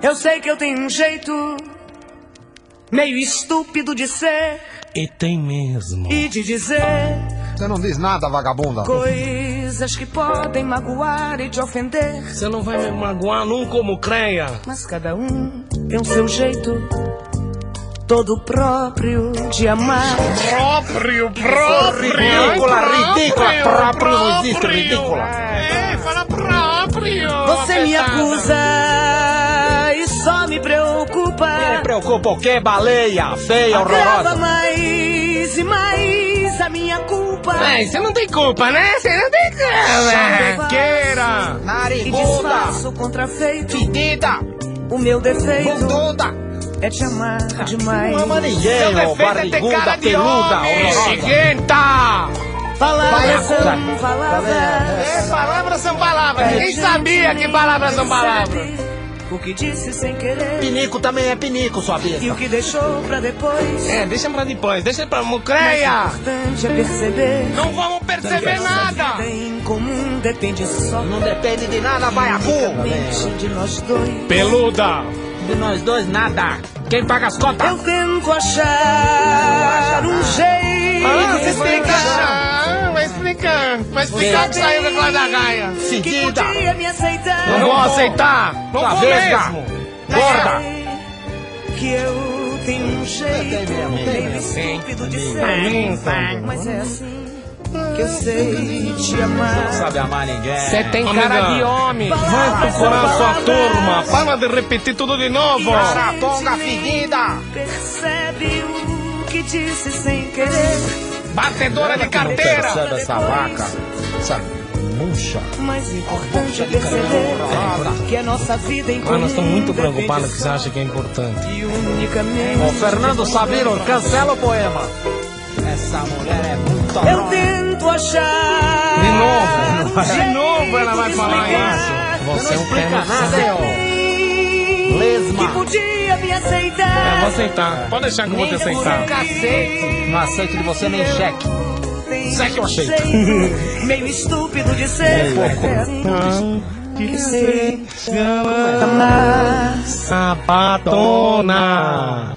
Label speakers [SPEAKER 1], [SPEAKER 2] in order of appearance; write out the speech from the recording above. [SPEAKER 1] Eu sei que eu tenho um jeito meio estúpido de ser
[SPEAKER 2] E tem mesmo.
[SPEAKER 1] e de dizer
[SPEAKER 3] Você não diz nada, vagabunda.
[SPEAKER 1] coisas que podem magoar e te ofender.
[SPEAKER 2] Você não vai me magoar nunca como creia.
[SPEAKER 1] Mas cada um tem o seu jeito, todo próprio de amar.
[SPEAKER 2] Próprio, próprio.
[SPEAKER 4] Ridícula, ridícula, próprio, não existe, ridícula.
[SPEAKER 2] É, fala próprio.
[SPEAKER 1] Você me acusa e só me preocupa.
[SPEAKER 4] Me preocupa o quê? Baleia, feia,
[SPEAKER 1] Agrava
[SPEAKER 4] horrorosa.
[SPEAKER 1] mais e mais a minha culpa.
[SPEAKER 2] É, você não tem culpa, né? Você não tem culpa. Queira.
[SPEAKER 1] E
[SPEAKER 4] Nariguda,
[SPEAKER 1] disfarço o contrafeito.
[SPEAKER 4] fedida,
[SPEAKER 1] O meu defeito
[SPEAKER 4] bunduda.
[SPEAKER 1] é te amar demais.
[SPEAKER 4] Não ama
[SPEAKER 2] Seu
[SPEAKER 4] ninguém, ô
[SPEAKER 2] defeito é ter cara
[SPEAKER 4] barriguda,
[SPEAKER 2] de
[SPEAKER 4] peluda,
[SPEAKER 2] homem.
[SPEAKER 4] horrorosa.
[SPEAKER 2] Seguinte.
[SPEAKER 1] Palavras
[SPEAKER 4] Palhaçada.
[SPEAKER 1] são palavras.
[SPEAKER 2] É, palavras são palavras. Ninguém
[SPEAKER 1] Gente,
[SPEAKER 2] sabia que palavras são
[SPEAKER 1] percebe
[SPEAKER 2] palavras.
[SPEAKER 1] O que disse sem querer
[SPEAKER 4] Pinico também é pinico, sua
[SPEAKER 1] e o
[SPEAKER 4] besta.
[SPEAKER 1] que deixou pra depois.
[SPEAKER 2] É, deixa pra depois. Deixa pra
[SPEAKER 1] Mas
[SPEAKER 2] mucreia.
[SPEAKER 1] O importante é perceber.
[SPEAKER 2] Não vamos perceber nada.
[SPEAKER 1] Nada em comum depende só
[SPEAKER 4] Não depende de nada, vai a cu.
[SPEAKER 1] mente de nós dois.
[SPEAKER 2] Peluda.
[SPEAKER 4] De nós dois, nada. Quem paga as
[SPEAKER 1] Eu
[SPEAKER 4] contas?
[SPEAKER 1] tento achar um jeito.
[SPEAKER 2] Ah, você
[SPEAKER 1] de
[SPEAKER 2] explica.
[SPEAKER 1] achar
[SPEAKER 2] Ah, Vai explicar. Vai explicar que saiu da guarda da gaia.
[SPEAKER 1] Que
[SPEAKER 4] Fedida,
[SPEAKER 1] podia me aceitar.
[SPEAKER 2] Não vou aceitar. Não
[SPEAKER 4] sua
[SPEAKER 2] vou
[SPEAKER 4] vesga,
[SPEAKER 2] mesmo.
[SPEAKER 4] gorda.
[SPEAKER 1] Que eu tenho um jeito
[SPEAKER 4] Tem mesmo, tem
[SPEAKER 1] meio
[SPEAKER 4] mesmo, tem.
[SPEAKER 1] estúpido de
[SPEAKER 2] Tem,
[SPEAKER 1] ser.
[SPEAKER 2] tem.
[SPEAKER 1] Mas é assim que eu sei te amar.
[SPEAKER 4] Sabe amar ninguém.
[SPEAKER 2] Você tem cara de homem. Vai procurar sua turma. Para de repetir tudo de novo.
[SPEAKER 4] Saratonga fedida.
[SPEAKER 1] Percebe o que disse sem querer.
[SPEAKER 2] Batedora de carteira.
[SPEAKER 4] Sabe essa vaca? Essa murcha.
[SPEAKER 1] Mas o importante é perceber que a nossa vida em
[SPEAKER 4] Ah,
[SPEAKER 1] comum. depende só
[SPEAKER 2] que é importante.
[SPEAKER 1] de unicamente.
[SPEAKER 4] Ô Fernando Sabino, cancela o poema. Essa mulher é muito
[SPEAKER 1] Eu tento achar.
[SPEAKER 2] De novo.
[SPEAKER 1] um
[SPEAKER 2] De novo ela vai
[SPEAKER 1] jeito de
[SPEAKER 2] falar
[SPEAKER 1] explicar.
[SPEAKER 2] isso. é um
[SPEAKER 4] Você não explica nada, é hein, ó.
[SPEAKER 1] Que
[SPEAKER 4] Lesma.
[SPEAKER 1] podia me aceitar.
[SPEAKER 2] Eu vou aceitar. Pode deixar que eu vou te É, aceitar.
[SPEAKER 1] Cacete.
[SPEAKER 4] Não aceito de você nem cheque.
[SPEAKER 1] Zé
[SPEAKER 2] que eu achei.
[SPEAKER 1] um
[SPEAKER 2] Um
[SPEAKER 1] Meio estúpido de ser. É assim que sei amar.
[SPEAKER 2] Sapatona.